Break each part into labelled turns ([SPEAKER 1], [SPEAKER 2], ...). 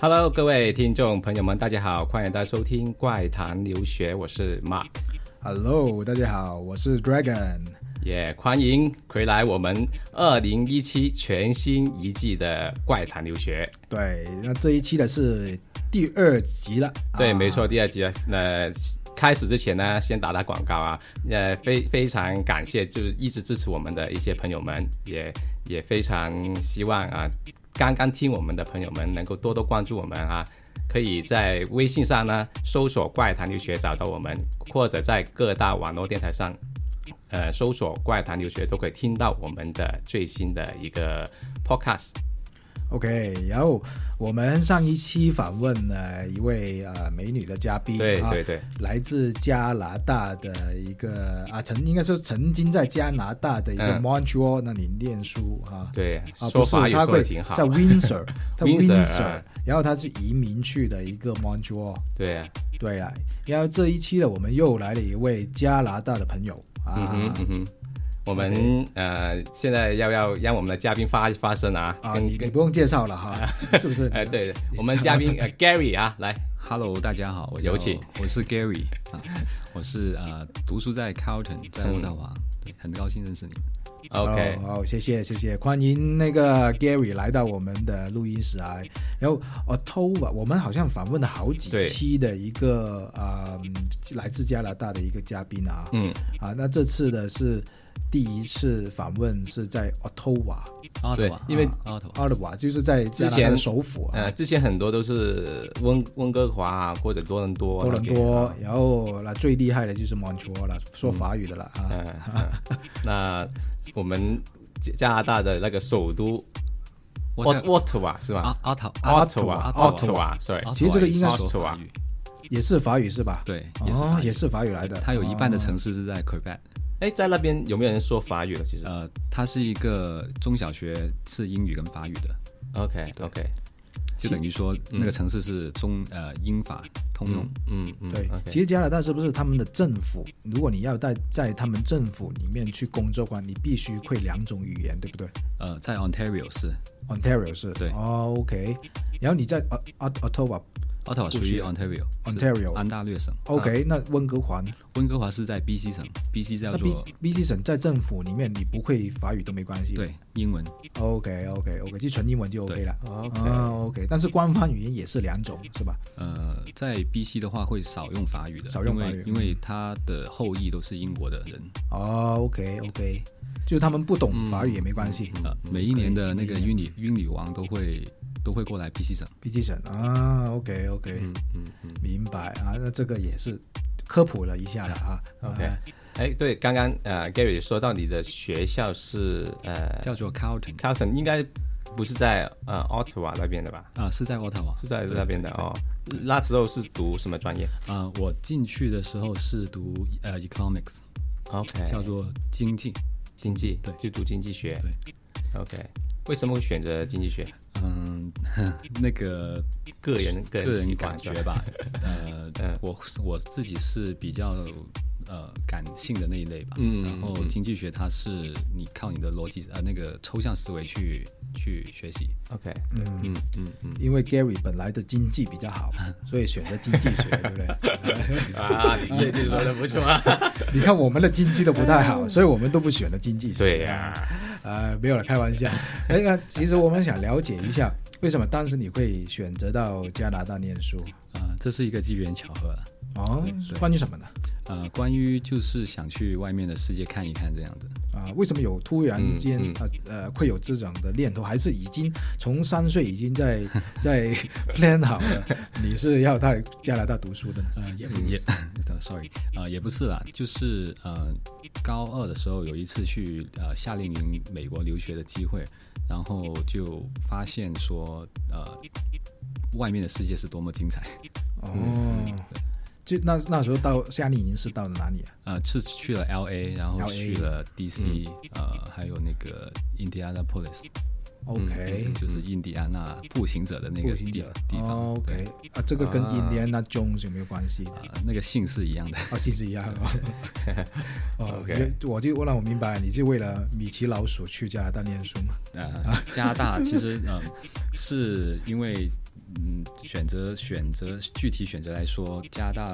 [SPEAKER 1] Hello，各位听众朋友们，大家好，欢迎大家收听《怪谈留学》，我是 Mark，
[SPEAKER 2] Hello，大家好，我是 Dragon。
[SPEAKER 1] 也、欢迎回来我们二零一七全新一季的《怪谈留学》。
[SPEAKER 2] 对，那这一期的是第二集了。
[SPEAKER 1] 对，
[SPEAKER 2] 啊
[SPEAKER 1] 没错，第二集啊。那开始之前呢，先打打广告啊。呃，非非常感谢，就是一直支持我们的一些朋友们，也也非常希望啊，刚刚听我们的朋友们能够多多关注我们啊。可以在微信上呢搜索“怪谈留学”找到我们，或者在各大网络电台上，呃，搜索“怪谈留学”都可以听到我们的最新的一个 podcast。
[SPEAKER 2] OK，然后我们上一期访问了一位呃美女的嘉宾，
[SPEAKER 1] 对
[SPEAKER 2] 啊
[SPEAKER 1] 对对，
[SPEAKER 2] 来自加拿大的一个啊，曾应该说曾经在加拿大的一个
[SPEAKER 1] 嗯
[SPEAKER 2] Montreal 那里念书啊。
[SPEAKER 1] 对，说
[SPEAKER 2] 啊，不是
[SPEAKER 1] 法，也
[SPEAKER 2] 他
[SPEAKER 1] 说
[SPEAKER 2] 会
[SPEAKER 1] 的挺好
[SPEAKER 2] 在。Windsor，在
[SPEAKER 1] Windsor，
[SPEAKER 2] Windsor，
[SPEAKER 1] 啊
[SPEAKER 2] 然后他是移民去的一个 Montreal，
[SPEAKER 1] 对啊，
[SPEAKER 2] 对啊，然后这一期呢，我们又来了一位加拿大的朋友
[SPEAKER 1] 嗯
[SPEAKER 2] 啊，
[SPEAKER 1] 哼嗯哼，我们呃现在要要让我们的嘉宾发发声啊，
[SPEAKER 2] 啊，
[SPEAKER 1] 跟
[SPEAKER 2] 你你
[SPEAKER 1] 跟
[SPEAKER 2] 不用介绍了哈， 是不是？
[SPEAKER 1] 哎、对，我们嘉 宾呃 Gary 啊，来
[SPEAKER 3] Hello，大家好，我
[SPEAKER 1] 有
[SPEAKER 3] 叫
[SPEAKER 1] 请，
[SPEAKER 3] 我是 Gary 啊，我是呃读书在 Carleton，在
[SPEAKER 2] 嗯
[SPEAKER 3] 渥太华，对，很高兴认识你们。
[SPEAKER 1] ，OK，、
[SPEAKER 2] 哦，好谢谢谢谢，欢迎那个 Gary 来到我们的录音室啊。然后哦，偷吧，我们好像访问了好几
[SPEAKER 1] 对
[SPEAKER 2] 期的一个啊、嗯来自加拿大的一个嘉宾啊
[SPEAKER 1] 嗯，
[SPEAKER 2] 啊，那这次的是第一次访问是在 Ottawa
[SPEAKER 3] 渥
[SPEAKER 1] 对
[SPEAKER 3] 太华，
[SPEAKER 1] 因为
[SPEAKER 3] 渥太华，
[SPEAKER 2] o t t 就是在加拿大的首府啊，
[SPEAKER 1] 呃，之前很多都是温温哥华啊，或者多伦多啊，
[SPEAKER 2] 多伦多。然后那最厉害的就是 Montreal 了，说法语的了啊。
[SPEAKER 1] 嗯， 嗯那我们加加拿大的那个首都
[SPEAKER 3] 渥太
[SPEAKER 1] Ot- Ottawa 是吧
[SPEAKER 3] 啊，渥太
[SPEAKER 2] 啊
[SPEAKER 1] ？Ottawa
[SPEAKER 2] Ottawa
[SPEAKER 1] Ottawa，对，
[SPEAKER 2] 其实这个应该是
[SPEAKER 3] 说法语，
[SPEAKER 2] 也是法语是吧？
[SPEAKER 3] 对，也是
[SPEAKER 2] 哦
[SPEAKER 3] 法，
[SPEAKER 2] 也
[SPEAKER 3] 语。
[SPEAKER 2] 是法语来的。
[SPEAKER 3] 它有一半的城市是在 Quebec，
[SPEAKER 1] 哎，在那边有没有人说法语了？其实
[SPEAKER 3] 呃，它是一个中小学是英语跟法语的，
[SPEAKER 1] ，OK OK，
[SPEAKER 3] 就等于说
[SPEAKER 2] 嗯
[SPEAKER 3] 那个城市是中呃英法通用。
[SPEAKER 1] 嗯嗯，
[SPEAKER 2] 哦对
[SPEAKER 1] o，k
[SPEAKER 2] 其实加拿大是不是他们的政府？如果你要在在他们政府里面去工作的话，你必须会两种语言，对不对
[SPEAKER 3] 呃，在 Ontario 是
[SPEAKER 2] ？Ontario 是
[SPEAKER 3] 对
[SPEAKER 2] 哦，OK。然后你在 O- O- Ottawa，OK，、
[SPEAKER 3] 渥太华属
[SPEAKER 2] 不是
[SPEAKER 3] 于 Ontario，是啊
[SPEAKER 2] Ontario
[SPEAKER 3] 安大略省。呃
[SPEAKER 2] 那温哥华呢？
[SPEAKER 3] 温哥华是在 BC 省，BC 叫
[SPEAKER 2] 那
[SPEAKER 3] 做
[SPEAKER 2] B B C 省在政府里面，你不会法语都没关系。
[SPEAKER 3] 对英文
[SPEAKER 2] ，OK OK
[SPEAKER 1] 嗯
[SPEAKER 2] OK，就纯英文就 OK 了。
[SPEAKER 1] OK，
[SPEAKER 2] 啊 OK，但是官方语言也是两种，是吧？
[SPEAKER 3] 呃，在 BC 的话会少用法语的，
[SPEAKER 2] 少用法
[SPEAKER 3] 因
[SPEAKER 2] 语
[SPEAKER 3] 为因为他的后裔都是英国的人。
[SPEAKER 2] 哦，OK OK，就是他们不懂法语也没关系。
[SPEAKER 3] 呃，
[SPEAKER 1] 嗯
[SPEAKER 3] 每一年的那个英女英女王都会都会过来 BC 省。
[SPEAKER 2] B C 省啊，OK OK，
[SPEAKER 1] 嗯嗯嗯
[SPEAKER 2] 明白啊，那这个也是科普了一下了啊。
[SPEAKER 1] ，OK
[SPEAKER 2] 啊。
[SPEAKER 1] 哎，对，刚刚呃，Gary 说到你的学校是呃
[SPEAKER 3] 叫做 Carleton
[SPEAKER 1] ，Carlton 应该不是在呃 Ottawa 那边的吧？
[SPEAKER 3] 啊、是在渥太华。
[SPEAKER 1] 是在那边的哦。那时候是读什么专业
[SPEAKER 3] 啊、我进去的时候是读呃 economics，
[SPEAKER 1] ？OK，
[SPEAKER 3] 叫做经济。
[SPEAKER 1] 经济，
[SPEAKER 3] 对
[SPEAKER 1] 就读经济学。
[SPEAKER 3] 对
[SPEAKER 1] ，OK，为什么会选择经济学？
[SPEAKER 3] 嗯， 那个
[SPEAKER 1] 个人个
[SPEAKER 3] 个
[SPEAKER 1] 人习
[SPEAKER 3] 人
[SPEAKER 1] 惯
[SPEAKER 3] 感
[SPEAKER 1] 是
[SPEAKER 3] 觉
[SPEAKER 1] 吧 嗯
[SPEAKER 3] 吧，呃，我我自己是比较呃感性的那一类吧，
[SPEAKER 1] 嗯
[SPEAKER 3] 然后经济学它是你靠你的逻辑呃那个抽象思维去去学习，
[SPEAKER 1] ？OK，对，嗯嗯嗯。
[SPEAKER 2] 因为 Gary 本来的经济比较 好，所以选择经济学，对不对？
[SPEAKER 1] 啊，你这句说的不错啊。
[SPEAKER 2] 你看我们的经济都不太好，所以我们都不选择经济学。
[SPEAKER 1] 对呀
[SPEAKER 2] 呃，没有了，开玩笑。哎，那其实我们想了解一下，为什么当时你会选择到加拿大念书？
[SPEAKER 3] 啊，这是一个机缘巧合了，
[SPEAKER 2] 哦，关于什么呢？
[SPEAKER 3] 呃，关于就是想去外面的世界看一看这样子，
[SPEAKER 2] 啊、为什么有突然间、
[SPEAKER 1] 嗯
[SPEAKER 2] 呃呃会有这种的念头？还是已经从三岁已 经在在 plan 好了，你是要到加拿大读书的呢？
[SPEAKER 3] 呃，也不也，sorry，呃，也不是啦，就是呃，高二的时候有一次去呃夏令营美国留学的机会，然后就发现说呃，外面的世界是多么精彩，
[SPEAKER 2] 哦，
[SPEAKER 1] 嗯
[SPEAKER 2] 就那那时候到夏令营是到哪里啊？
[SPEAKER 3] 呃，是去了 L A，然后
[SPEAKER 2] LA
[SPEAKER 3] 去了 D C，、呃，
[SPEAKER 2] 嗯
[SPEAKER 3] 还有那个 Indianapolis，
[SPEAKER 1] 嗯
[SPEAKER 2] OK，、
[SPEAKER 3] 就是印第安纳步行者的那个
[SPEAKER 2] 哎嗯步
[SPEAKER 3] 地
[SPEAKER 2] 行者
[SPEAKER 3] 地方、
[SPEAKER 2] 哦、
[SPEAKER 3] 对
[SPEAKER 2] OK，啊，这个跟
[SPEAKER 1] 啊
[SPEAKER 2] Indiana Jones 有没有关系？啊，
[SPEAKER 3] 呃那个姓是一样的，
[SPEAKER 2] 其实一样哦。哦
[SPEAKER 1] OK
[SPEAKER 2] 就我就我让我明白，你是为了米奇老
[SPEAKER 3] 啊
[SPEAKER 2] 鼠去加拿大念书吗？
[SPEAKER 3] 呃，加拿大其实嗯、呃是因为嗯，选择选择具体选择来说，加拿大，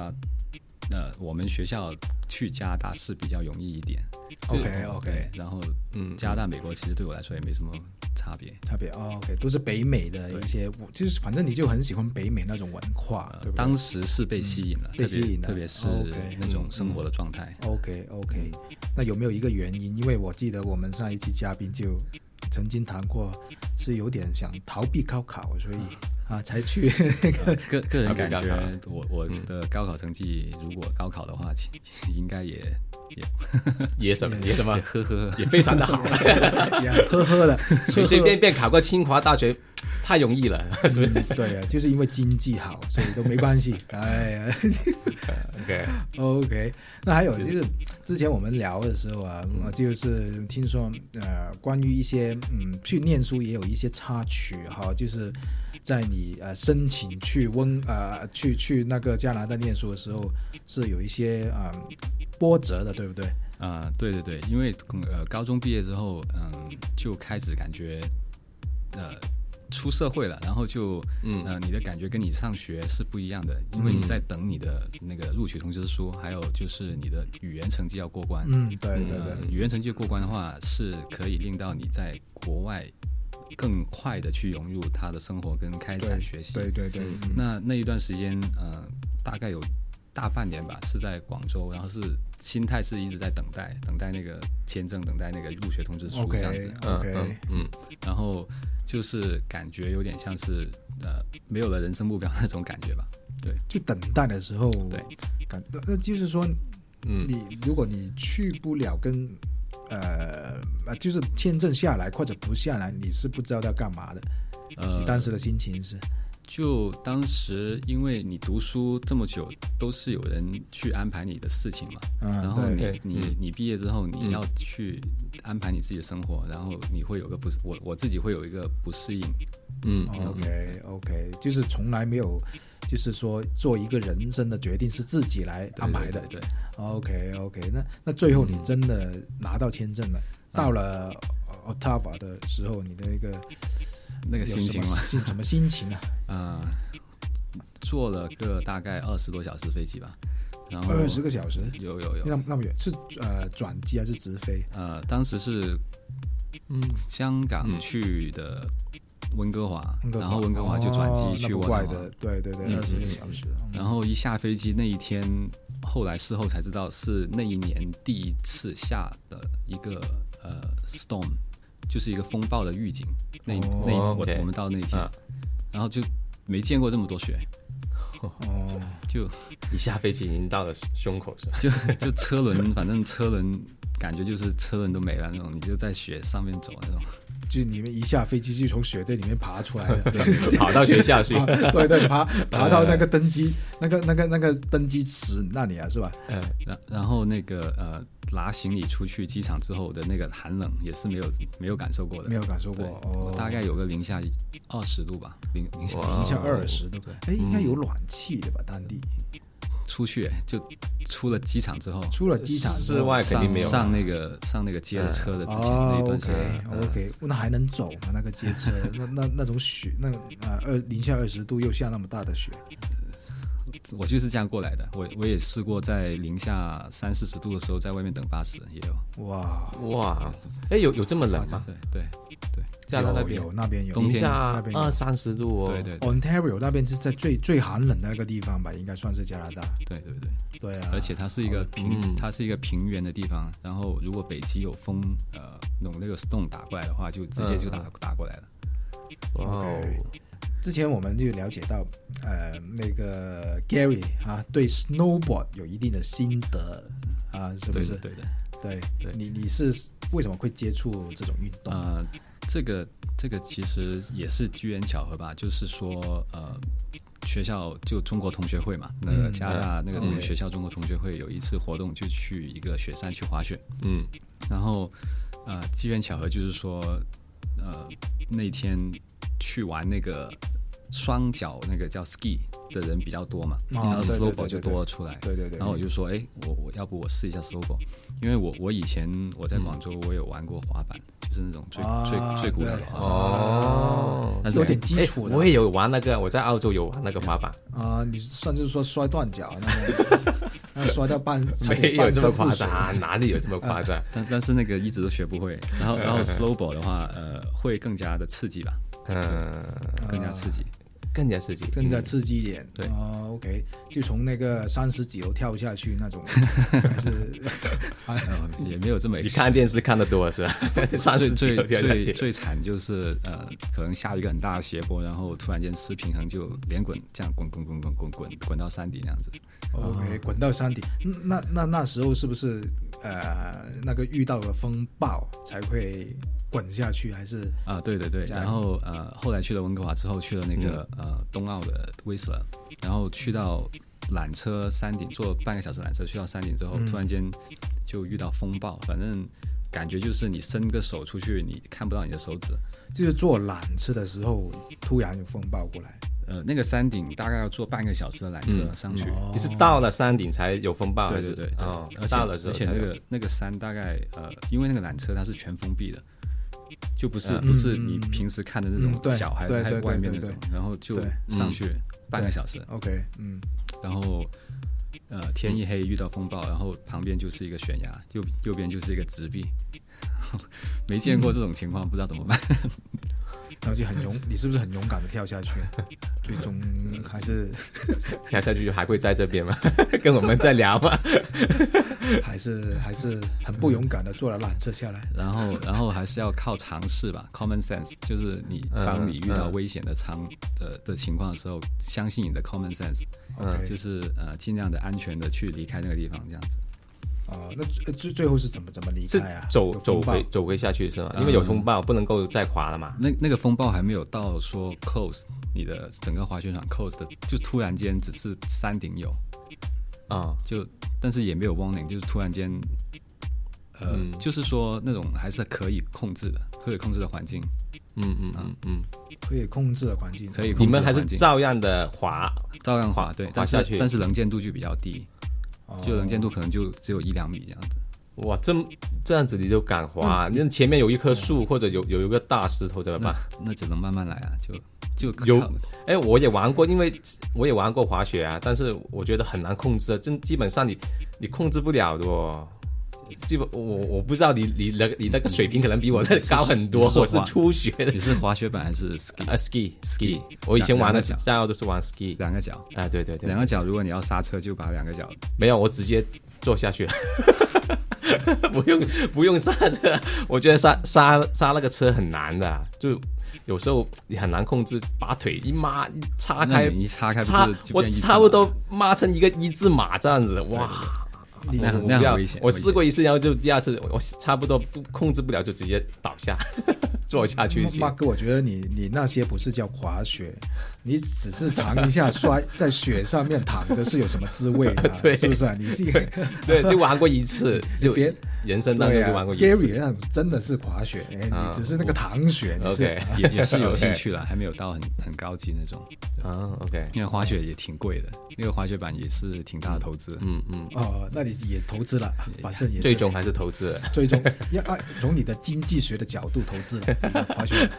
[SPEAKER 3] 呃，我们学校去加拿大是比较容易一点。
[SPEAKER 2] OK 哎 OK，
[SPEAKER 3] 对然后
[SPEAKER 1] 嗯，
[SPEAKER 3] 加拿大、美国其实对我来说也没什么差别。
[SPEAKER 2] 特别哦 OK，都是北美的一些，我就是反正你就很喜欢北美那种文化，
[SPEAKER 3] 呃
[SPEAKER 2] 对不对？嗯
[SPEAKER 3] 当时是被吸引了，
[SPEAKER 2] 被
[SPEAKER 3] 特别
[SPEAKER 2] 吸引了
[SPEAKER 3] 特别是
[SPEAKER 2] OK 嗯
[SPEAKER 3] 那种生活的状态。
[SPEAKER 2] OK OK，那有没有一个原因？因为我记得我们上一期嘉宾就曾经谈过，是有点想逃避高考，所以啊才去那 个
[SPEAKER 3] 个个人
[SPEAKER 1] 还
[SPEAKER 3] 感
[SPEAKER 1] 不
[SPEAKER 3] 觉
[SPEAKER 1] 高考，
[SPEAKER 3] 我我
[SPEAKER 2] 嗯
[SPEAKER 3] 的高考成绩，如果高考的话，其应该也
[SPEAKER 1] 也什么也什么
[SPEAKER 3] 也呵呵。
[SPEAKER 1] 也非常的 好，
[SPEAKER 2] 呀呵呵的，
[SPEAKER 1] 随随便便考个清华大学太容易 了。
[SPEAKER 2] 嗯对啊，就是因为经济好，所以都没关 系。哎呀
[SPEAKER 1] 嗯 OK，
[SPEAKER 2] ，OK。那还有就是，之前我们聊的时候啊，我就是听说呃，关于一些嗯，去念书也有一些插曲哈，就是在你呃申请去温呃去去那个加拿大念书的时候，是有一些啊、呃波折的，对不对？
[SPEAKER 3] 啊、对对对，因为呃，高中毕业之后，嗯，就开始感觉，呃，出社会了，然后就，嗯、呃，你的感觉跟你上学是不一样的，因为你
[SPEAKER 2] 嗯
[SPEAKER 3] 在等你的那个录取通知书，还有就是你的语言成绩要过关。
[SPEAKER 2] 嗯，对对对
[SPEAKER 3] 呃，语言成绩过关的话，是可以令到你在国外更快的去融入他的生活跟开展学习。
[SPEAKER 2] 对对对，嗯
[SPEAKER 3] 那那一段时间，呃，大概有大半年吧，是在广州，然后是心态是一直在等待，等待那个签证，等待那个入学通知书这
[SPEAKER 2] OK
[SPEAKER 3] 样子。啊
[SPEAKER 1] 嗯
[SPEAKER 2] OK，
[SPEAKER 1] 嗯嗯，
[SPEAKER 3] 然后就是感觉有点像是呃没有了人生目标那种感觉吧。对，
[SPEAKER 2] 就等待的时候，
[SPEAKER 3] 对，
[SPEAKER 2] 感那就是说，
[SPEAKER 1] 嗯
[SPEAKER 2] 你如果你去不了跟呃啊，就是签证下来或者不下来，你是不知道要干嘛的。
[SPEAKER 3] 呃
[SPEAKER 2] 你，当时的心情是
[SPEAKER 3] 就当时因为你读书这么久，都是有人去安排你的事情嘛。
[SPEAKER 2] 嗯，
[SPEAKER 3] 然后
[SPEAKER 2] 对，
[SPEAKER 3] 你
[SPEAKER 1] 对
[SPEAKER 3] 你
[SPEAKER 1] 嗯
[SPEAKER 3] 你毕业之后，你
[SPEAKER 1] 嗯
[SPEAKER 3] 要去安排你自己的生活，然后你会有个不，我我自己会有一个不适应，
[SPEAKER 1] 嗯
[SPEAKER 2] OK OK，就是从来没有，就是说做一个人生的决定是自己来
[SPEAKER 3] 对
[SPEAKER 2] 安排啊的。
[SPEAKER 3] 对对嗯
[SPEAKER 2] OK OK，那那最后你真的拿到签证了，到了 Ottawa 的时候，你的一个
[SPEAKER 3] 那
[SPEAKER 2] 有
[SPEAKER 3] 个心
[SPEAKER 2] 什
[SPEAKER 3] 情
[SPEAKER 2] 么
[SPEAKER 3] 嘛，
[SPEAKER 2] 心什么心情 啊？
[SPEAKER 3] 啊、坐了个大概二十多小时飞机吧，然后
[SPEAKER 2] 二十个小时，
[SPEAKER 3] 有有有，
[SPEAKER 2] 那那么远是呃转机还是直飞？
[SPEAKER 3] 呃，当时是
[SPEAKER 1] 嗯
[SPEAKER 3] 香港
[SPEAKER 1] 嗯
[SPEAKER 3] 去的温哥华，
[SPEAKER 2] 温哥华
[SPEAKER 3] 然后温哥华就转
[SPEAKER 2] 哦
[SPEAKER 3] 机去
[SPEAKER 2] 那不
[SPEAKER 3] 温
[SPEAKER 2] 怪
[SPEAKER 3] 哥华
[SPEAKER 2] 的，，对对对，
[SPEAKER 3] 嗯
[SPEAKER 2] 二十个小时。
[SPEAKER 3] 然后一下飞机那一天，后来事后才知道是那一年第一次下的一个呃 storm，就是一个风暴的预警。那一
[SPEAKER 2] 哦
[SPEAKER 3] 那一我
[SPEAKER 1] OK
[SPEAKER 3] 我们到那一天
[SPEAKER 1] 啊，
[SPEAKER 3] 然后就没见过这么多雪，
[SPEAKER 2] 哦，
[SPEAKER 3] 就
[SPEAKER 1] 一下飞机已经到了胸口是吧？
[SPEAKER 3] 就就车轮，反正车轮感觉就是车轮都没了那种，你就在雪上面走那种。
[SPEAKER 2] 就你们一下飞机就从雪堆里面爬出来 了，对
[SPEAKER 1] 跑到学 校去，
[SPEAKER 2] 对对，爬爬到那个登机那个那个那个登机池那里啊，是吧？
[SPEAKER 1] 嗯
[SPEAKER 3] 然然后那个呃拿行李出去机场之后的那个寒冷也是没有没有感受过的
[SPEAKER 2] 没。有感受过
[SPEAKER 3] 对，
[SPEAKER 2] 哦
[SPEAKER 3] 我，大概有个零下二十度吧，零零下
[SPEAKER 1] 哇
[SPEAKER 2] 零下二十度，
[SPEAKER 3] 嗯
[SPEAKER 2] 哎，应该有暖气的吧？当地
[SPEAKER 3] 出去就出了机场之后，
[SPEAKER 2] 出了机场
[SPEAKER 1] 室室外肯定
[SPEAKER 3] 上
[SPEAKER 1] 没有
[SPEAKER 3] 上那个上那个接了车的之前
[SPEAKER 2] 啊哦
[SPEAKER 3] 那一段时间，
[SPEAKER 2] ，OK OK，那还能走吗？那个街车，那那那种雪，那呃二零下二十度又下那么大的雪，
[SPEAKER 3] 我就是这样过来的。我我也试过在零下三四十度的时候在外面等巴士，也有。
[SPEAKER 2] 哇，
[SPEAKER 1] 哇，哎，有有这么冷吗？
[SPEAKER 3] 对对
[SPEAKER 1] 加拿大那
[SPEAKER 2] 有
[SPEAKER 1] 边
[SPEAKER 2] 有那边有，
[SPEAKER 1] 零
[SPEAKER 2] 那
[SPEAKER 1] 下
[SPEAKER 2] 边有
[SPEAKER 1] 二三十度哦。
[SPEAKER 3] 对对对
[SPEAKER 2] Ontario 那边是在最最寒冷的那个地方吧，应该算是加拿大。
[SPEAKER 3] 对对对，
[SPEAKER 2] 对啊，
[SPEAKER 3] 而且它是一个平，
[SPEAKER 1] 嗯
[SPEAKER 3] 它是一个平原的地方。然后如果北极有风，呃，弄那个 storm 打过来的话，就直接就打
[SPEAKER 2] 嗯
[SPEAKER 3] 打过来了。
[SPEAKER 1] 哇哦，
[SPEAKER 2] 之前我们就了解到，呃，那个 Gary 啊，对 snowboard 有一定的心得啊，是不
[SPEAKER 3] 对
[SPEAKER 2] 是
[SPEAKER 3] 的？对的。
[SPEAKER 2] 对，
[SPEAKER 3] 对
[SPEAKER 2] 你你是为什么会接触这种运
[SPEAKER 1] 啊
[SPEAKER 2] 动？
[SPEAKER 3] 呃，这个这个其实也是机缘巧合吧，就是说呃，学校就中国同学会嘛，那个
[SPEAKER 2] 嗯
[SPEAKER 3] 加拿大那个
[SPEAKER 1] 嗯
[SPEAKER 3] 我们学校中国同学会有一次活动，就去一个雪山去滑雪，
[SPEAKER 1] 嗯
[SPEAKER 3] 然后呃，机缘巧合就是说呃那天去玩那个。双脚那个叫 ski 的人比较多嘛，
[SPEAKER 2] 哦
[SPEAKER 3] 然后
[SPEAKER 2] 对对对
[SPEAKER 3] snowboard 就
[SPEAKER 2] 对对
[SPEAKER 3] 多了出来。
[SPEAKER 2] 对对对，
[SPEAKER 3] 然后我就说，哎，我我要不我试一下 snowboard，因为我我以前我在广州我有玩过滑板，就是那种最、
[SPEAKER 2] 啊
[SPEAKER 3] 最最古老的
[SPEAKER 2] 对
[SPEAKER 3] 滑板。
[SPEAKER 1] 哦
[SPEAKER 3] 那但是
[SPEAKER 2] 有点基础
[SPEAKER 1] 哎
[SPEAKER 2] 的
[SPEAKER 1] 我也有玩那个，我在澳洲有玩那个滑板，
[SPEAKER 2] 啊、你算是说摔断脚那种， 然后摔到半差
[SPEAKER 1] 没
[SPEAKER 2] 点
[SPEAKER 1] 有
[SPEAKER 2] 半
[SPEAKER 1] 这么
[SPEAKER 2] 身
[SPEAKER 1] 夸
[SPEAKER 2] 不遂
[SPEAKER 1] 张，啊哪里有这么夸张？
[SPEAKER 3] 但但是那个一直都学不会。 然后然后 slowball 的话，呃，会更加的刺激吧，
[SPEAKER 1] 嗯，
[SPEAKER 3] 更
[SPEAKER 2] 啊
[SPEAKER 3] 加刺激。
[SPEAKER 1] 更加刺激，
[SPEAKER 2] 真的
[SPEAKER 1] 嗯
[SPEAKER 2] 刺激一点。
[SPEAKER 3] 对
[SPEAKER 2] 哦，OK，就从那个三十几楼跳下去 那种，还是还
[SPEAKER 3] 呃，也没有这么
[SPEAKER 1] 你看电视看的多是吧？上
[SPEAKER 3] 最
[SPEAKER 1] 次
[SPEAKER 3] 最
[SPEAKER 1] 就掉下
[SPEAKER 3] 最
[SPEAKER 1] 去，
[SPEAKER 3] 最惨就是呃，可能下一个很大的斜坡，然后突然间失平衡就连滚，这样滚滚滚滚滚滚滚到山底那样子。
[SPEAKER 1] 啊
[SPEAKER 2] OK 滚到山底。嗯那那那时候是不是呃那个遇到了风暴才会滚下去，还是
[SPEAKER 3] 啊，对对对，
[SPEAKER 2] 加
[SPEAKER 3] 然
[SPEAKER 2] 油嗯
[SPEAKER 3] 后呃，后来去了温哥华之后，去了那个、呃冬奥的威斯勒，然后去到缆车山顶，坐半个小时缆车去到山顶之后，突
[SPEAKER 2] 嗯
[SPEAKER 3] 然间就遇到风暴，反正感觉就是你伸个手出去，你看不到你的手指。
[SPEAKER 2] 就是坐缆车的时候突然有风暴过来？
[SPEAKER 3] 呃，那个山顶大概要坐半个小时的缆车上去，
[SPEAKER 2] 哦
[SPEAKER 1] 你是到了山顶才有风暴，
[SPEAKER 3] 对
[SPEAKER 1] 还
[SPEAKER 3] 对
[SPEAKER 1] 是
[SPEAKER 3] 对对，
[SPEAKER 1] 哦
[SPEAKER 3] 而，且
[SPEAKER 1] 到了之
[SPEAKER 3] 而
[SPEAKER 1] 后
[SPEAKER 3] 且
[SPEAKER 1] 才
[SPEAKER 3] 那
[SPEAKER 1] 有
[SPEAKER 3] 个那个山大概呃，因为那个缆车它是全封闭的，就不
[SPEAKER 1] 嗯
[SPEAKER 3] 是、不是你平时看的那种
[SPEAKER 2] 嗯对
[SPEAKER 3] 脚还、
[SPEAKER 2] 对
[SPEAKER 3] 还
[SPEAKER 2] 对对
[SPEAKER 3] 外面那
[SPEAKER 2] 对
[SPEAKER 3] 种，
[SPEAKER 2] 对
[SPEAKER 3] 然后就
[SPEAKER 2] 对嗯
[SPEAKER 3] 上去半个小时，
[SPEAKER 2] OK，嗯，
[SPEAKER 3] 然后呃天一黑遇到风暴，然后旁边就是一个悬崖，右右边就是一个直壁， 没见过这种情况，不知道怎么办。
[SPEAKER 2] 然后就很 勇，你是不是很勇敢的跳下去？最终还是
[SPEAKER 1] 跳下去还会在这边吗？ 跟我们在聊吗？
[SPEAKER 2] 还是还是很不勇敢的坐了缆车下来。
[SPEAKER 3] 然后，然后还是要靠尝试吧，common sense，就是你
[SPEAKER 1] 嗯
[SPEAKER 3] 当你遇到
[SPEAKER 1] 嗯
[SPEAKER 3] 危险的场的的情况的时候，相信你的 common sense，
[SPEAKER 1] 啊
[SPEAKER 2] OK，
[SPEAKER 3] 就是呃尽量的安全的去离开那个地方，这样子。
[SPEAKER 2] 哦，那最最最后是怎么怎么离
[SPEAKER 1] 是
[SPEAKER 2] 开啊？
[SPEAKER 1] 走
[SPEAKER 2] 有
[SPEAKER 1] 走
[SPEAKER 2] 风暴
[SPEAKER 1] 回走回下去是吗？因为有风暴，不能够再滑了嘛。
[SPEAKER 3] 那那个风暴还没有到说 close 你的整个滑雪场 close 的，就突然间只是山顶有，
[SPEAKER 1] 啊，
[SPEAKER 3] 就但是也没有 warning，就是突然间，呃，
[SPEAKER 1] 嗯
[SPEAKER 3] 就是说那种还是可以控制的，可以控制的环境，
[SPEAKER 1] 嗯嗯嗯嗯，
[SPEAKER 2] 可以控制的环境，
[SPEAKER 3] 可以
[SPEAKER 1] 你
[SPEAKER 3] 控制
[SPEAKER 1] 们
[SPEAKER 3] 的环
[SPEAKER 1] 还是
[SPEAKER 3] 境。
[SPEAKER 1] 照样的滑，
[SPEAKER 3] 照样滑，对，但
[SPEAKER 1] 下
[SPEAKER 3] 是
[SPEAKER 1] 去
[SPEAKER 3] 但是能见度就比较低，
[SPEAKER 2] 哦
[SPEAKER 3] 就能见度可能就只有一两米这样子。
[SPEAKER 1] 哇，这这样子你都敢滑？那前面有一棵树或者有有一个大石头怎么办？
[SPEAKER 3] 那只能慢慢来啊，就就
[SPEAKER 1] 有
[SPEAKER 3] 靠
[SPEAKER 1] 哎，我也玩过，因为我也玩过滑雪啊，但是我觉得很难控制，啊真基本上你你控制不了的哦。基本我我不知道你你那个你那个水平可能比我的高很多，
[SPEAKER 3] 是
[SPEAKER 1] 我是
[SPEAKER 3] 滑
[SPEAKER 1] 初学的
[SPEAKER 3] 你是滑雪板还是 ski？
[SPEAKER 1] 啊 ski ski，
[SPEAKER 3] ski
[SPEAKER 1] 我以前玩的
[SPEAKER 3] 两个
[SPEAKER 1] 时候都是玩 ski
[SPEAKER 3] 两个脚，
[SPEAKER 1] 啊，对对对
[SPEAKER 3] 两，个脚，如果你要刹车，就把两个脚
[SPEAKER 1] 没有，我直接坐下 去了，不用不用刹车。我觉得刹刹刹那个车很难的，啊就有时候你很难控制，把腿一抹一叉
[SPEAKER 3] 那
[SPEAKER 1] 开，
[SPEAKER 3] 你一叉开，
[SPEAKER 1] 叉
[SPEAKER 3] 不是就
[SPEAKER 1] 我
[SPEAKER 3] 变一字
[SPEAKER 1] 差不多抹成一个一字马这样子，哇！
[SPEAKER 2] 你
[SPEAKER 1] 我
[SPEAKER 3] 那很
[SPEAKER 1] 我
[SPEAKER 3] 那很
[SPEAKER 1] 不要
[SPEAKER 3] 危险
[SPEAKER 1] 我
[SPEAKER 3] 危险
[SPEAKER 1] 试过一次，然后就第二次，我我差不多不控制不了，就直接倒下， 坐下去先。
[SPEAKER 2] 马哥，我觉得你你那些不是叫滑雪，你只是尝一下摔 在雪上面躺着是有什么滋味啊？
[SPEAKER 1] 对
[SPEAKER 2] 是不是啊？你是一 个
[SPEAKER 1] 对，就玩过一次，就
[SPEAKER 2] 别
[SPEAKER 1] 人生当中
[SPEAKER 2] 对
[SPEAKER 1] 就
[SPEAKER 2] 啊
[SPEAKER 1] 玩过一次。
[SPEAKER 2] ，Gary 那种真的是滑雪，哎
[SPEAKER 1] 啊嗯
[SPEAKER 2] 你只是那个躺雪，你 是
[SPEAKER 1] OK，
[SPEAKER 3] 也也是有兴趣了，还没有到很很高级那种，
[SPEAKER 1] 啊，OK，
[SPEAKER 3] 因为滑雪也挺贵的，那个滑雪板也是挺大的投资。
[SPEAKER 1] 嗯嗯，
[SPEAKER 2] 哦，那你也投资了，反正也
[SPEAKER 1] 哎
[SPEAKER 2] 是
[SPEAKER 1] 最终还是投资了。
[SPEAKER 2] 最终 要按从你的经济学的角度投资了 你的滑雪。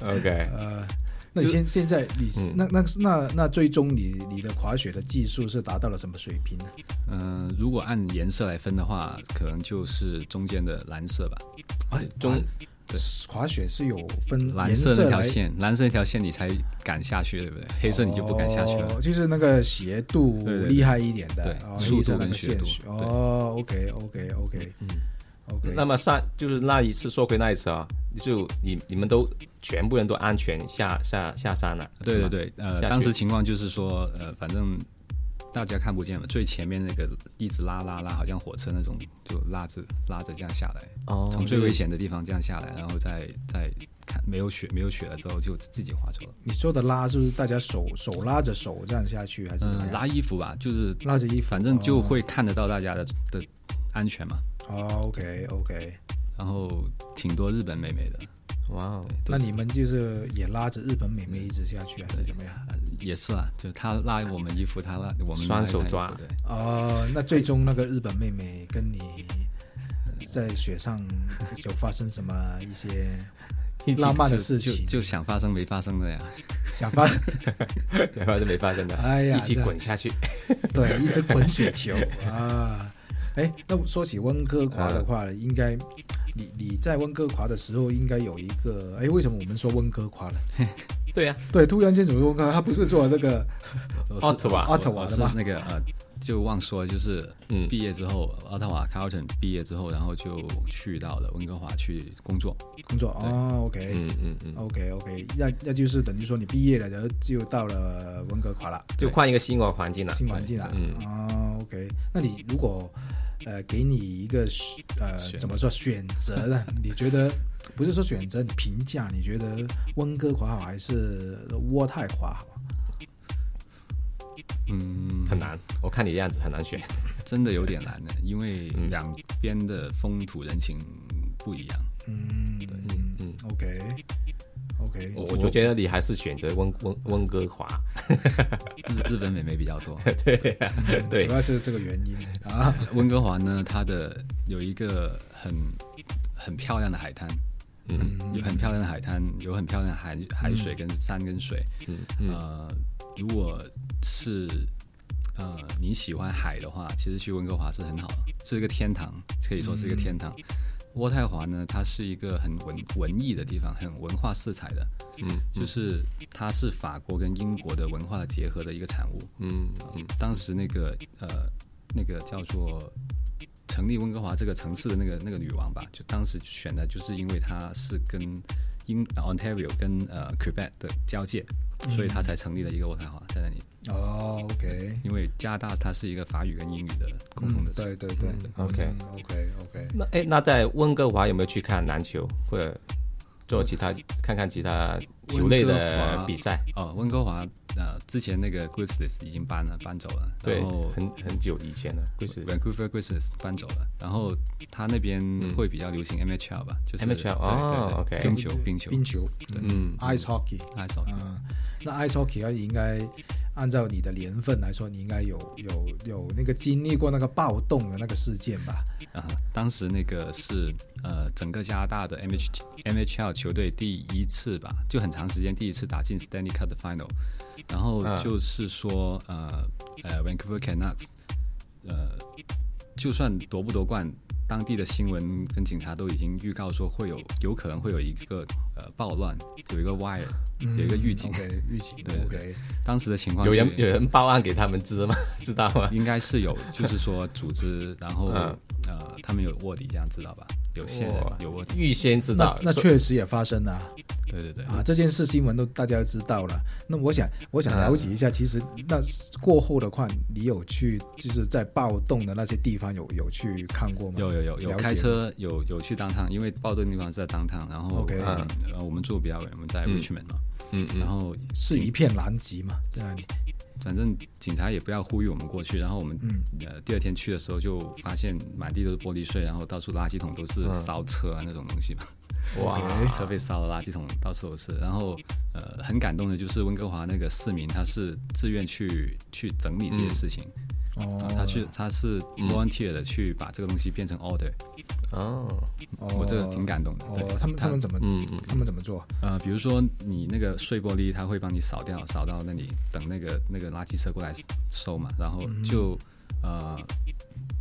[SPEAKER 1] OK，
[SPEAKER 2] 呃，那你现现在你
[SPEAKER 1] 嗯
[SPEAKER 2] 那那那那最终你你的滑雪的技术是达到了什么水平呢？
[SPEAKER 3] 嗯、如果按颜色来分的话，可能就是中间的蓝色吧，
[SPEAKER 2] 啊，
[SPEAKER 1] 中
[SPEAKER 3] 对
[SPEAKER 2] 滑雪是有分
[SPEAKER 3] 蓝
[SPEAKER 2] 颜
[SPEAKER 3] 色那条
[SPEAKER 2] 来
[SPEAKER 3] 线，蓝色那条线你才敢下去，对不对？黑色你就不敢下去了。
[SPEAKER 2] 哦就是那个斜度
[SPEAKER 3] 对对对
[SPEAKER 2] 厉害一点的，
[SPEAKER 3] 对
[SPEAKER 2] 哦
[SPEAKER 3] 速度
[SPEAKER 2] 黑色那
[SPEAKER 3] 跟
[SPEAKER 2] 个
[SPEAKER 3] 斜
[SPEAKER 2] 线
[SPEAKER 3] 度
[SPEAKER 2] 索
[SPEAKER 3] 对
[SPEAKER 2] 哦，OK OK OK，嗯，OK，
[SPEAKER 1] 那么上就是那一次，说回那一次啊，就你你们都全部人都安全下下下山了，
[SPEAKER 3] 对
[SPEAKER 1] 是
[SPEAKER 3] 对
[SPEAKER 1] 吗，
[SPEAKER 3] 对，
[SPEAKER 1] 下
[SPEAKER 3] 呃，
[SPEAKER 1] 去
[SPEAKER 3] 当时情况就是说，呃，反正大家看不见嘛，最前面那个一直拉拉拉，好像火车那种，就拉着拉着这样下来，
[SPEAKER 1] 哦
[SPEAKER 3] 从最危险的地方这样下来，然后再再看没有雪没有雪了之后就自己滑走了。
[SPEAKER 2] 你说的拉是不是大家手手拉着手这样下去，还是怎
[SPEAKER 3] 嗯、
[SPEAKER 2] 么样
[SPEAKER 3] 拉衣服吧，就是
[SPEAKER 2] 拉着衣服？
[SPEAKER 3] 反正就会看得到大家的的安全嘛。
[SPEAKER 2] 哦，OK OK，
[SPEAKER 3] 然后挺多日本妹妹的，
[SPEAKER 1] 哇哦，
[SPEAKER 2] 那你们就是也拉着日本美眉一直下去，还是怎么样？
[SPEAKER 3] 呃也是啊，就她拉我们衣服，她拉我们
[SPEAKER 1] 双
[SPEAKER 3] 拉她
[SPEAKER 1] 手
[SPEAKER 3] 衣服
[SPEAKER 1] 抓
[SPEAKER 3] 对。
[SPEAKER 2] 哦，那最终那个日本妹妹呃跟你在雪上有发生什么一些
[SPEAKER 1] 一起
[SPEAKER 2] 浪漫的
[SPEAKER 3] 就
[SPEAKER 2] 事情
[SPEAKER 3] 就，就想发生没发生的 呀。
[SPEAKER 2] 想法
[SPEAKER 1] 对，发生没发生的，
[SPEAKER 2] 哎呀
[SPEAKER 1] 一起
[SPEAKER 2] 这
[SPEAKER 1] 滚下去。
[SPEAKER 2] 对，一直滚雪 球啊！哎，那说起温哥华的话，应该你你在温哥华的时候，应该有一个哎，为什么我们说温哥华呢？
[SPEAKER 1] 对啊呀、
[SPEAKER 2] 对，突然间怎么温哥华？他不是做那个
[SPEAKER 3] 我是
[SPEAKER 1] Ottawa
[SPEAKER 3] 我
[SPEAKER 2] 呃 Ottawa
[SPEAKER 3] 我
[SPEAKER 2] 的
[SPEAKER 3] 是
[SPEAKER 2] 吗
[SPEAKER 3] 那个呃，就忘说，就是
[SPEAKER 1] 嗯
[SPEAKER 3] 毕业之后，渥太华 Carleton 毕业之后，然后就去到了温哥华去工作。
[SPEAKER 2] 工作哦，OK，
[SPEAKER 1] 嗯嗯嗯，
[SPEAKER 2] OK OK，那那就是等于说你毕业了，然后就到了温哥华了，
[SPEAKER 1] 就换一个新的环境了。
[SPEAKER 2] 新环境了。
[SPEAKER 1] 嗯
[SPEAKER 2] 哦，OK，那你如果呃给你一个选呃
[SPEAKER 3] 选择
[SPEAKER 2] 怎么说选择呢？ 你觉得不是说选择，你评价，你觉得温哥华好还是渥太华好？
[SPEAKER 3] 嗯，
[SPEAKER 1] 很难，我看你的样子很难选。
[SPEAKER 3] 真的有点难的，因为
[SPEAKER 1] 嗯
[SPEAKER 3] 两边的风土人情不一样。
[SPEAKER 2] 嗯，
[SPEAKER 1] 嗯嗯
[SPEAKER 2] ，OK OK，
[SPEAKER 1] 我我就觉得你还是选择温温温哥华，
[SPEAKER 3] 日日本美眉比较多，
[SPEAKER 1] 对啊呀、 对
[SPEAKER 2] 主，要是这个原因啊。
[SPEAKER 3] 温哥华呢，它的有一个很很漂亮的海滩，
[SPEAKER 1] 嗯
[SPEAKER 3] 有很漂亮的海滩，有很漂亮的海海水跟山跟水。
[SPEAKER 1] 嗯嗯
[SPEAKER 3] 呃，如果是呃你喜欢海的话，其实去温哥华是很好的，是一个天堂，可以说是一个天堂。
[SPEAKER 1] 嗯
[SPEAKER 3] 渥太华呢，它是一个很文文艺的地方，很文化色彩的，
[SPEAKER 1] 嗯
[SPEAKER 3] 就是它是法国跟英国的文化的结合的一个产物。
[SPEAKER 1] 嗯
[SPEAKER 3] 当时那个呃，那个叫做成立温哥华这个城市的那个那个女王吧，就当时选的就是因为她是跟英 Ontario 跟呃 Quebec 的交界，
[SPEAKER 1] 嗯
[SPEAKER 3] 所以她才成立了一个渥太华在那里。
[SPEAKER 2] 哦，OK，
[SPEAKER 3] 因为加拿大它是一个法语跟英语的共同
[SPEAKER 2] 嗯
[SPEAKER 3] 的，城市、
[SPEAKER 2] 对对对嗯
[SPEAKER 1] ，OK。
[SPEAKER 2] ，OK OK。
[SPEAKER 1] 那哎，那在温哥华有没有去看篮球或者做其他看看其他球类
[SPEAKER 3] 温哥
[SPEAKER 1] 的
[SPEAKER 3] 华
[SPEAKER 1] 比赛？
[SPEAKER 3] 哦，温哥华呃之前那个 g r i s l i s 已经搬了搬走了，
[SPEAKER 1] 对
[SPEAKER 3] 然后，
[SPEAKER 1] 很很久以前了，不是
[SPEAKER 3] Vancouver g r i s l i s 搬走了，然后他那边
[SPEAKER 1] 嗯
[SPEAKER 3] 会比较流行 MHL 吧，就是
[SPEAKER 1] MHL 哦
[SPEAKER 3] 对对对
[SPEAKER 1] OK
[SPEAKER 3] 冰球冰球
[SPEAKER 2] 冰球，
[SPEAKER 1] 嗯
[SPEAKER 2] i c e hockey
[SPEAKER 3] 还少
[SPEAKER 2] 啊、那 ice hockey 啊，应该按照你的年份来说，你应该有有有那个经历过那个暴动的那个事件吧？
[SPEAKER 3] 啊，当时那个是呃整个加拿大的 M H M H L 球队第一次吧，就很长时间第一次打进 Stanley Cup 的 Final，然后
[SPEAKER 1] 嗯
[SPEAKER 3] 就是说、呃呃 Vancouver Canucks 呃就算夺不夺冠，当地的新闻跟警察都已经预告说会有有可能会有一个呃暴乱，有一个 wire，、有嗯一个预警。
[SPEAKER 2] 嗯，OK，预警
[SPEAKER 3] 对对
[SPEAKER 2] ，OK，
[SPEAKER 3] 当时的情况
[SPEAKER 1] 有
[SPEAKER 3] 就
[SPEAKER 1] 人有人报案给他们知吗？ 知道吗？
[SPEAKER 3] 应该是有，就是说组织，然后、
[SPEAKER 1] 嗯
[SPEAKER 3] 呃他们有卧底这样知道吧？有线人
[SPEAKER 1] 哇
[SPEAKER 3] 有卧底。
[SPEAKER 1] 预先知
[SPEAKER 2] 那
[SPEAKER 1] 道，
[SPEAKER 2] 那
[SPEAKER 1] 所
[SPEAKER 2] 确实也发生了啊
[SPEAKER 3] 对对对嗯
[SPEAKER 2] 啊，这件事新闻都大家都知道了。那我想，我想了解一下，其实那过后的话，你有去就是在暴动的那些地方有有去看过吗？
[SPEAKER 3] 有有有有
[SPEAKER 2] 了解
[SPEAKER 3] 开车，有有去当趟，因为报队的地方是在当趟，然后
[SPEAKER 2] OK 嗯
[SPEAKER 3] 呃呃我们住比较远，我们在
[SPEAKER 1] 嗯
[SPEAKER 3] Richmond 嘛，
[SPEAKER 1] 嗯
[SPEAKER 3] 然后
[SPEAKER 2] 是一片狼藉嘛？在那里，
[SPEAKER 3] 反正警察也不要呼吁我们过去，然后我们
[SPEAKER 2] 嗯
[SPEAKER 3] 呃第二天去的时候就发现满地都是玻璃碎，然后到处垃圾桶都
[SPEAKER 2] 嗯
[SPEAKER 3] 是烧车啊那种东西嘛，
[SPEAKER 1] 哇，
[SPEAKER 3] 车被烧了，垃圾桶到处都是，然后呃很感动的就是温哥华那个市民，他是自愿去去整理这些事情，
[SPEAKER 2] 嗯哦嗯
[SPEAKER 3] 啊，他去他是 volunteer 的去把这个东西变成 order，
[SPEAKER 1] 哦，
[SPEAKER 2] 哦，
[SPEAKER 3] 我这个挺感动的，对
[SPEAKER 2] 哦，他们他们怎么
[SPEAKER 1] 嗯嗯
[SPEAKER 2] 他们怎么做？
[SPEAKER 3] 呃，比如说你那个碎玻璃，它会帮你扫掉，扫到那里，等那个那个垃圾车过来收嘛，然后就、呃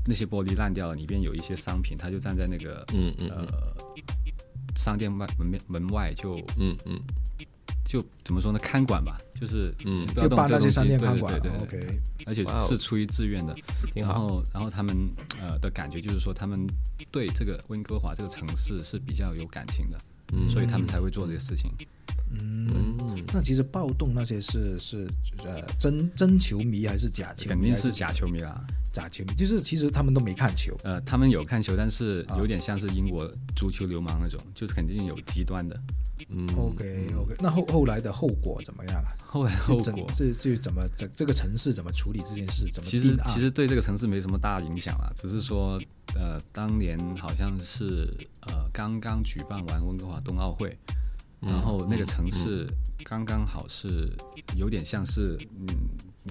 [SPEAKER 3] 那些玻璃烂掉了，里边有一些商品，他就站在那个、
[SPEAKER 1] 嗯嗯嗯
[SPEAKER 3] 呃商店外门面门外就
[SPEAKER 1] 嗯嗯，
[SPEAKER 3] 就怎么说呢，看管吧，就是
[SPEAKER 1] 嗯
[SPEAKER 3] 不要
[SPEAKER 2] 就
[SPEAKER 3] 动
[SPEAKER 2] 帮
[SPEAKER 3] 这
[SPEAKER 2] 那
[SPEAKER 3] 个
[SPEAKER 2] 些
[SPEAKER 3] 东西，
[SPEAKER 2] 商店
[SPEAKER 3] 对
[SPEAKER 2] 看
[SPEAKER 3] 对
[SPEAKER 2] 管
[SPEAKER 3] 对对对对
[SPEAKER 2] ，OK，
[SPEAKER 3] 而且
[SPEAKER 1] 哇哦
[SPEAKER 3] 是出于自愿的。
[SPEAKER 1] 挺
[SPEAKER 3] 然
[SPEAKER 1] 好。
[SPEAKER 3] 后，然后他们呃的感觉就是说，他们对这个温哥华这个城市是比较有感情的，
[SPEAKER 1] 嗯
[SPEAKER 3] 所以他们才会做这些事情。
[SPEAKER 2] 嗯。
[SPEAKER 1] 嗯，
[SPEAKER 2] 那其实暴动那些是是呃真真球迷还是假球迷？
[SPEAKER 3] 肯定
[SPEAKER 2] 还是
[SPEAKER 3] 是假球迷啦。
[SPEAKER 2] 假球迷，就是其实他们都没看球。
[SPEAKER 3] 呃，他们有看球，但是
[SPEAKER 2] 啊
[SPEAKER 3] 有点像是英国足球流氓那种，就是肯定有极端的。
[SPEAKER 1] 嗯
[SPEAKER 2] OK OK，那后后来的后果怎么样啊？
[SPEAKER 3] 后来后
[SPEAKER 2] 就整
[SPEAKER 3] 果，
[SPEAKER 2] 是是怎么这这个城市怎么处理这件事？怎么
[SPEAKER 3] 其实
[SPEAKER 2] 定案
[SPEAKER 3] 其实对这个城市没什么大影响啦，只是说，呃，当年好像是呃刚刚举办完温哥华冬奥会，然后那个城市刚刚好是有点像是嗯。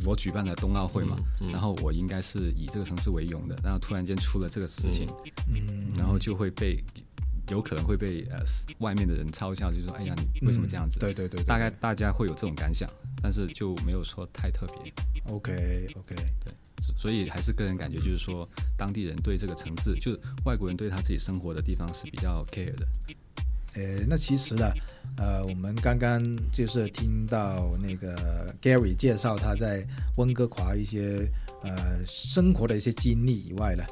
[SPEAKER 3] 我举办了冬奥会嘛，然后我应该是以这个城市为荣的，然后突然间出了这个事情，
[SPEAKER 2] 嗯
[SPEAKER 3] 然后就会被有可能会被呃外面的人嘲笑，就是说，哎呀，你为什么这样子？
[SPEAKER 2] 嗯对对对，对
[SPEAKER 3] 大概大家会有这种感想，但是就没有说太特别。
[SPEAKER 2] OK OK，
[SPEAKER 3] 所所以还是个人感觉，就是说当地人对这个城市，就是外国人对他自己生活的地方是比较 care 的。
[SPEAKER 2] 呃，那其实呢，呃，我们刚刚就是听到那个 Gary 介绍他在温哥华一些呃生活的一些经历以外呢，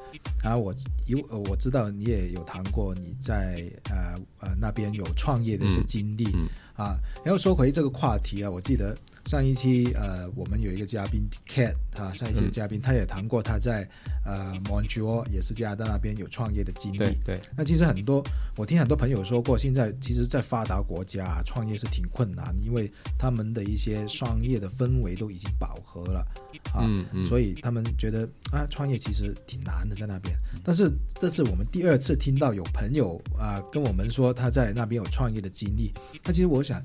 [SPEAKER 2] 然后我有呃我知道你也有谈过你在呃呃那边有创业的一些经历、
[SPEAKER 3] 嗯
[SPEAKER 2] 啊。然后说回这个话题啊，我记得上一期呃我们有一个嘉宾 Cat 啊，上一期
[SPEAKER 3] 嗯
[SPEAKER 2] 的嘉宾、他也谈过他在呃 Montreal 也是加拿大那边有创业的经
[SPEAKER 1] 嗯
[SPEAKER 2] 历。
[SPEAKER 1] 对对，
[SPEAKER 2] 那其实很多，我听很多朋友说过，现在其实，在发达国家、啊、创业是挺困难，因为他们的一些商业的氛围都已经饱和了啊，
[SPEAKER 3] 嗯嗯
[SPEAKER 2] 所以他们觉得啊，创业其实挺难的在那边。但是这次我们第二次听到有朋友啊跟我们说他在那边有创业的经历，那其实我想。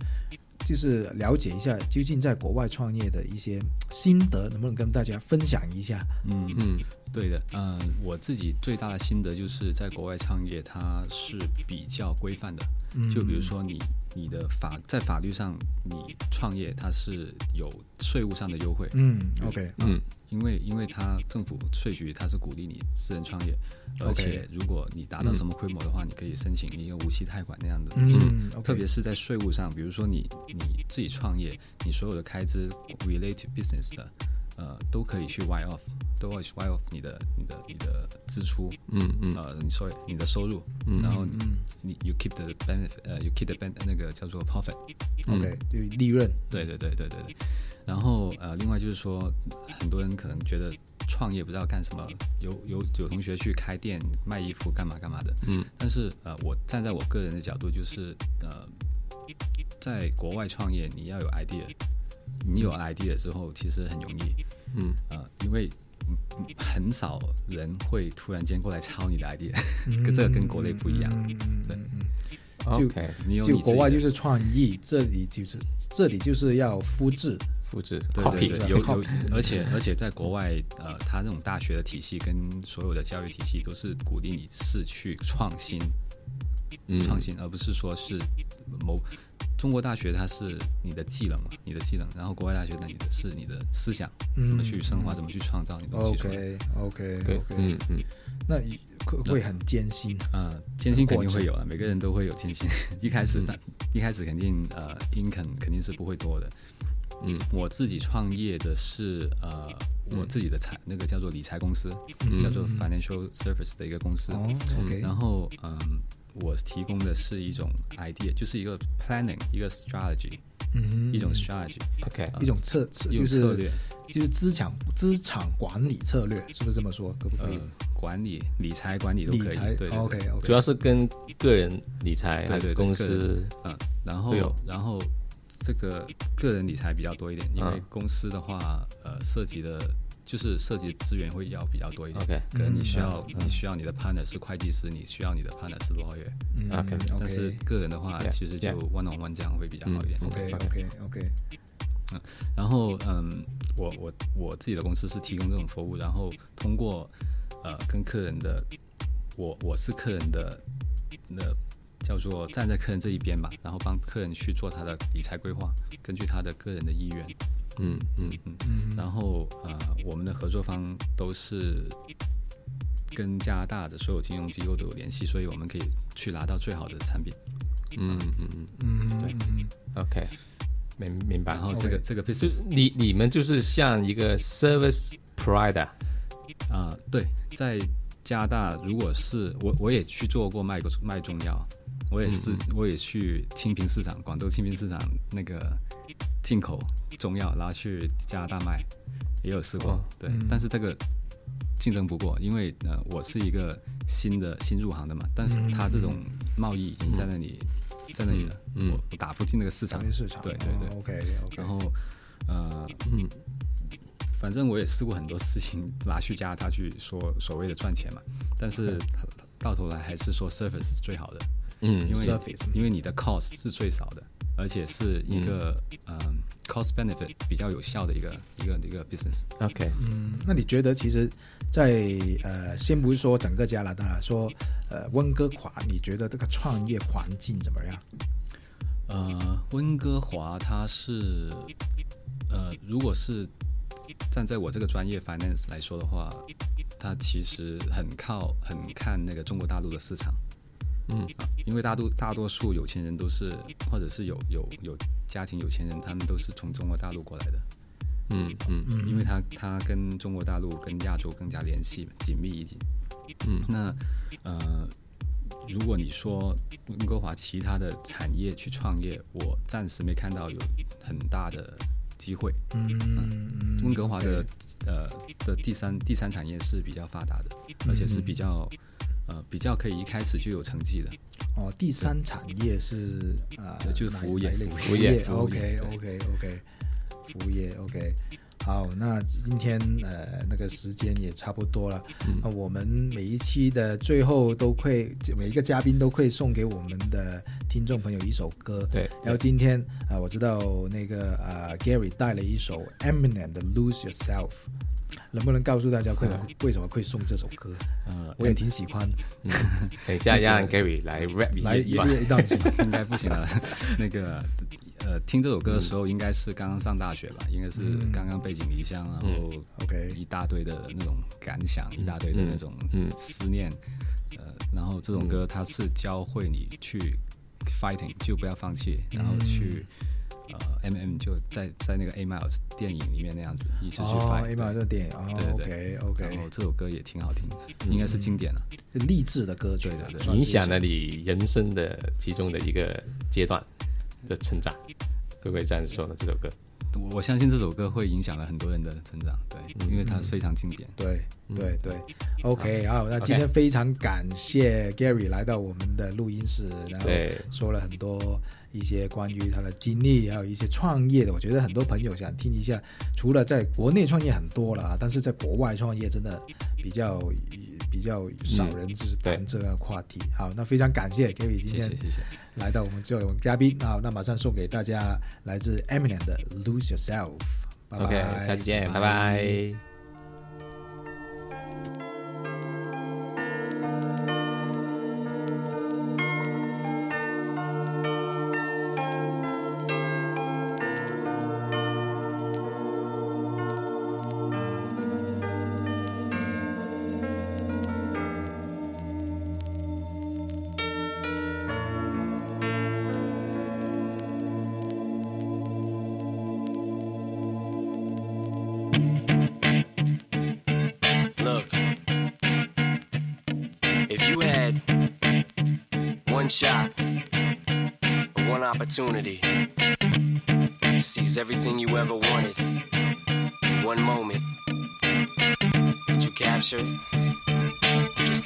[SPEAKER 2] 就是了解一下究竟在国外创业的一些心得，能不能跟大家分享一下？
[SPEAKER 3] 嗯
[SPEAKER 1] 嗯
[SPEAKER 3] 对的，嗯、我自己最大的心得就是在国外创业，它是比较规范的。
[SPEAKER 2] 嗯
[SPEAKER 3] 就比如说你你的法在法律上，你创业它是有税务上的优惠，
[SPEAKER 2] 嗯，OK，
[SPEAKER 1] 嗯
[SPEAKER 3] 因为因为它政府税局它是鼓励你私人创业，而
[SPEAKER 2] OK
[SPEAKER 3] 且如果你达到什么规模的话，你可以申请一个无息贷款那样的东西。
[SPEAKER 2] 嗯，OK，
[SPEAKER 3] 特别是在税务上，比如说你你自己创业，你所有的开支 relate to business 的，呃，都可以去 w i t e off，都要去 w i t e off 你的你的你的支出，
[SPEAKER 1] 嗯嗯
[SPEAKER 3] 呃，你所以你的收入，然
[SPEAKER 2] 嗯
[SPEAKER 3] 后你你 you keep the benefit，呃，you keep the ben 那个叫做 profit，
[SPEAKER 2] OK，就利润，
[SPEAKER 3] 对对对对对对。然后呃，另外就是说，很多人可能觉得创业不知道干什么，有有有同学去开店卖衣服干嘛干嘛的，
[SPEAKER 1] 嗯，
[SPEAKER 3] 但是呃，我站在我个人的角度，就是呃，在国外创业你要有 idea，你有 idea 之后其实很容易，
[SPEAKER 1] 嗯，
[SPEAKER 3] 呃，因为。嗯很少人会突然间过来抄你的 idea，、跟 这个跟国内不一样。
[SPEAKER 2] 嗯嗯
[SPEAKER 3] 对
[SPEAKER 2] 嗯嗯就
[SPEAKER 1] ，OK，
[SPEAKER 3] 你有你
[SPEAKER 2] 就
[SPEAKER 3] 自己
[SPEAKER 2] 国外
[SPEAKER 3] 的
[SPEAKER 2] 就是创意，这里就是这里就是要复制，
[SPEAKER 1] 复制
[SPEAKER 3] 对
[SPEAKER 1] copy，
[SPEAKER 3] 对
[SPEAKER 2] 吧
[SPEAKER 3] 对，有有
[SPEAKER 2] Copy，
[SPEAKER 3] 而且而且在国外，呃，他那种大学的体系跟所有的教育体系都是鼓励你是去创新，
[SPEAKER 1] 嗯
[SPEAKER 3] 创新，而不是说是某中国大学它是你的技能嘛，你的技能，然后国外大学那你的是你的思想，怎么去升华，怎么去创造你的东西出来。
[SPEAKER 2] 嗯 OK OK
[SPEAKER 1] 对，
[SPEAKER 2] OK，
[SPEAKER 1] 嗯嗯
[SPEAKER 2] 那你会会很艰辛。
[SPEAKER 3] 呃，艰辛肯定会有啊，每个人都会有艰辛。 一开始，
[SPEAKER 2] 嗯
[SPEAKER 3] 一开始肯定呃，income 肯定是不会多的。
[SPEAKER 1] 嗯，
[SPEAKER 3] 我自己创业的是呃，我自己的财那个叫做理财公司，叫做 financial service 的一个公司。
[SPEAKER 2] 嗯哦，OK，
[SPEAKER 3] 然后嗯、我提供的是一种 idea，就是一个 planning，一个 strategy，
[SPEAKER 2] 嗯，
[SPEAKER 3] 一种 strategy，
[SPEAKER 1] ，OK，
[SPEAKER 3] 啊
[SPEAKER 2] 一种策策
[SPEAKER 3] 一种
[SPEAKER 2] 就
[SPEAKER 3] 策
[SPEAKER 2] 是
[SPEAKER 3] 略，
[SPEAKER 2] 就是资产资产管理策略，是不是这么说？可不可
[SPEAKER 3] 呃
[SPEAKER 2] 以？，
[SPEAKER 3] 管理理财管理都
[SPEAKER 2] 理
[SPEAKER 3] 可以。
[SPEAKER 2] 财哦
[SPEAKER 3] 对对对
[SPEAKER 2] OK
[SPEAKER 1] 主
[SPEAKER 2] OK，
[SPEAKER 1] 要是跟个人理财
[SPEAKER 3] 对
[SPEAKER 1] 还是
[SPEAKER 3] 对对
[SPEAKER 1] 公
[SPEAKER 3] 个
[SPEAKER 1] 司，
[SPEAKER 3] 嗯，然后
[SPEAKER 1] 都有
[SPEAKER 3] 然后这个个人理财比较多一点，因为
[SPEAKER 1] 嗯
[SPEAKER 3] 公司的话，呃，涉及的就是涉及资源会要比较多一点。
[SPEAKER 1] OK 嗯
[SPEAKER 3] 可能你需要、你需要你的 partner 是会计师，你需要你的 partner 是 lawyer，、
[SPEAKER 2] 嗯
[SPEAKER 1] OK，
[SPEAKER 3] 但是
[SPEAKER 2] OK
[SPEAKER 3] 个人的话
[SPEAKER 1] Yeah，
[SPEAKER 3] 其实就
[SPEAKER 1] yeah 嗯
[SPEAKER 3] one on one 这样会比较好一点。
[SPEAKER 2] OK OK OK，
[SPEAKER 3] 然后嗯，我我我自己的公司是提供这种服务，然后通过呃跟客人的，我我是客人的那叫做站在客人这一边吧，然后帮客人去做他的理财规划，根据他的个人的意愿，
[SPEAKER 1] 嗯嗯
[SPEAKER 3] 然后呃我们的合作方都是。跟加拿大的所有金融机构都有联系，所以我们可以去拿到最好的产品。
[SPEAKER 1] 嗯嗯嗯
[SPEAKER 2] 嗯嗯
[SPEAKER 1] ，OK，明明白
[SPEAKER 3] 然。后这个
[SPEAKER 2] OK
[SPEAKER 3] 这个 business
[SPEAKER 1] 就是你你们就是像一个 service provider，
[SPEAKER 3] 啊、对，在加拿大，如果是我，我也去做过卖过卖中药，我也
[SPEAKER 1] 嗯
[SPEAKER 3] 是，我也去清平市场，广州清平市场那个进口中药，然后去加拿大卖，也有试过，
[SPEAKER 1] 哦
[SPEAKER 3] 对，但是这个竞争不过，因为呃，我是一个新的新入行的嘛，但是他这种贸易已经在那里，在那里了，
[SPEAKER 1] 嗯嗯嗯
[SPEAKER 3] 我我打不进那个市场
[SPEAKER 2] 商，业市场，
[SPEAKER 3] 对对对，
[SPEAKER 2] ，OK OK，
[SPEAKER 3] 然后呃，
[SPEAKER 1] 嗯
[SPEAKER 3] 反正我也试过很多事情拿去加拿大去说所谓的赚钱嘛，但是到头来还是说 service 是最好的，
[SPEAKER 1] 嗯
[SPEAKER 3] 因为
[SPEAKER 2] service
[SPEAKER 3] 因为你的 cost 是最少的，而且是一个嗯、 cost benefit 比较有效的一个一个一个 business。
[SPEAKER 1] OK，
[SPEAKER 2] 嗯，那你觉得其实在，呃，先不是说整个加拿大啦，说呃温哥华，你觉得这个创业环境怎么样？
[SPEAKER 3] 呃，温哥华它是，呃，如果是站在我这个专业 finance 来说的话，它其实很靠很看那个中国大陆的市场。
[SPEAKER 1] 嗯
[SPEAKER 3] 啊，因为大多大多数有钱人都是，或者是有有有家庭有钱人，他们都是从中国大陆过来的，
[SPEAKER 1] 嗯嗯
[SPEAKER 2] 嗯，
[SPEAKER 3] 因为他他跟中国大陆跟亚洲更加联系紧密一点。
[SPEAKER 1] 嗯
[SPEAKER 3] 那呃，如果你说温哥华其他的产业去创业，我暂时没看到有很大的机会。
[SPEAKER 2] 嗯，
[SPEAKER 3] 温哥华的呃的第三第三产业是比较发达的，而且是比较呃比较可以一开始就有成绩的。
[SPEAKER 2] 哦，第三产业是呃，
[SPEAKER 3] 对就是
[SPEAKER 2] 哪
[SPEAKER 3] 服务业
[SPEAKER 2] 哪一类
[SPEAKER 3] 服
[SPEAKER 2] 服
[SPEAKER 1] 务业
[SPEAKER 3] 服务
[SPEAKER 2] OK
[SPEAKER 3] 业
[SPEAKER 2] OK OK，服务业 OK。好，那今天呃那个时间也差不多了，
[SPEAKER 3] 嗯
[SPEAKER 2] 那我们每一期的最后都会每一个嘉宾都会送给我们的听众朋友一首歌。
[SPEAKER 1] 对
[SPEAKER 2] 然后今天啊、呃我知道那个呃 Gary 带了一首 Eminem 的 Lose Yourself，能不能告诉大家会为什么会送这首歌？
[SPEAKER 3] 呃，
[SPEAKER 2] 我也挺喜欢，
[SPEAKER 1] 等一下让 Gary 来 rap 一
[SPEAKER 2] 来
[SPEAKER 1] 下
[SPEAKER 2] 一
[SPEAKER 1] 吧。
[SPEAKER 2] 一道是吧
[SPEAKER 3] 应该不行了。 那个呃，听这首歌的时候应该是刚刚上大学吧，应该是
[SPEAKER 2] 嗯
[SPEAKER 3] 刚刚背井离乡，啊然后
[SPEAKER 2] OK
[SPEAKER 3] 一大堆的那种感想，一大堆的那种
[SPEAKER 1] 嗯
[SPEAKER 3] 思念。
[SPEAKER 2] 嗯
[SPEAKER 3] 呃，然后这种歌它是教会你去 fighting，就不要放弃，然后去。呃，M
[SPEAKER 2] 嗯
[SPEAKER 3] M 就在在那个 A Miles 电影里面那样子，一直去
[SPEAKER 2] 哦
[SPEAKER 3] fight，
[SPEAKER 2] ，A 马这个电影哦
[SPEAKER 3] 对
[SPEAKER 2] ，OK
[SPEAKER 3] 对
[SPEAKER 2] OK，嗯
[SPEAKER 3] 然后这首歌也挺好听的，应该是经典了。
[SPEAKER 2] 是励志的歌曲，
[SPEAKER 3] 对对对
[SPEAKER 2] 算是
[SPEAKER 1] 影响了你人生的其中的一个阶段的成长，会不会这样说呢？这首歌，
[SPEAKER 3] 我我相信这首歌会影响了很多人的成长，
[SPEAKER 2] 嗯
[SPEAKER 3] 对，因为它非常经典。
[SPEAKER 2] 对对对，OK，好，那
[SPEAKER 1] OK
[SPEAKER 2] 今天非常感谢 Gary 来到我们的录音室，然后
[SPEAKER 1] 对
[SPEAKER 2] 说了很多一些关于他的经历，啊还有一些创业的。我觉得很多朋友想听一下，除了在国内创业很多了啊，但是在国外创业真的比较比较少人就是谈
[SPEAKER 1] 对
[SPEAKER 2] 这个话题。好，那非常感谢 Gary 今
[SPEAKER 3] 谢谢
[SPEAKER 2] 天
[SPEAKER 3] 谢谢，
[SPEAKER 2] 来到我们作为嘉宾啊，那马上送给大家来自 Eminem 的《Lose Yourself》，拜拜
[SPEAKER 1] OK，下期见，拜拜
[SPEAKER 4] Look, if you had one shot, one opportunity to seize everything you ever wanted in one moment, did you capture it? Or Just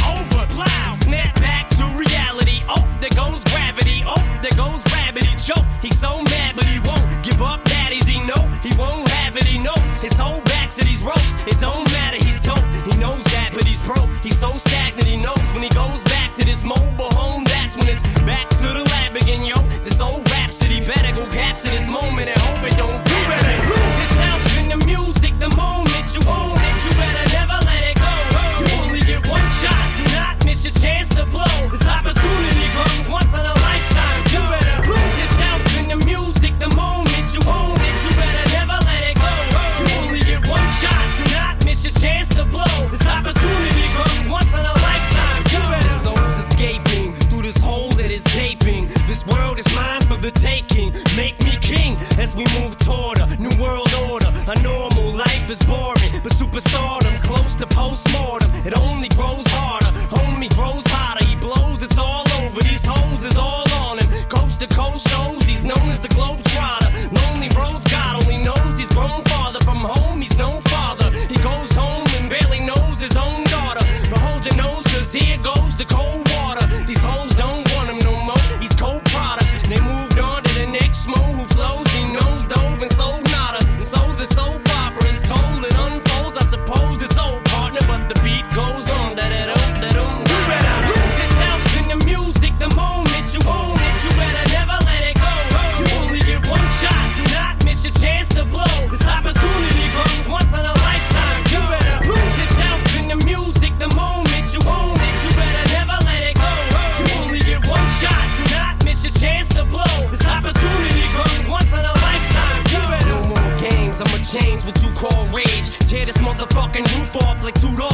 [SPEAKER 4] over, plow. Snap back to reality. Oh, there goes gravity. Oh, there goes rabbit. He choke. He's so mad, but he won't give up. Daddies, he know he won't have it. He knows his whole back to these ropes. It don't matter. He's dope. He knows that, but he's broke. He's so stagnant. He knows when he goes back to this mobile home. That's when it's back to the lab again, yo. This old rhapsody better go capture this moment and hope it don't. You better lose yourself in the music. The moment you own it, you better never let it go. You only get one shot. Do not miss your chance to blow. This opportunity comes once in a lifetime. You better lose yourself in the music. The moment you own it, you better never let it go. You only get one shot. Do not miss your chance to blow. This opportunity comes once in a lifetime. You better. Souls escaping through this hole that is gaping. This world is mine for the taking. Make me king as we move toward a new world order. A normal life is boring, but superstardom's close to postmortem. It only grows harder. Homie grows hotter. He blows. It's all over. These hoes is all on him. Coast to coast shows. He's known as the globetrotter. Lonely roads. God only knows he's grown farther from home. He's no father. He goes home and barely knows his own daughter. The whole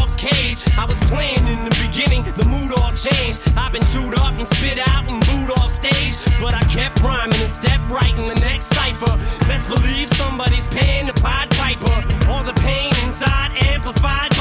[SPEAKER 4] stage. I was playing in the beginning, the mood all changed. I've been chewed up and spit out and booed off stage. But I kept rhyming and stepped right in the next cipher. Best believe somebody's paying the Pied Piper. All the pain inside amplified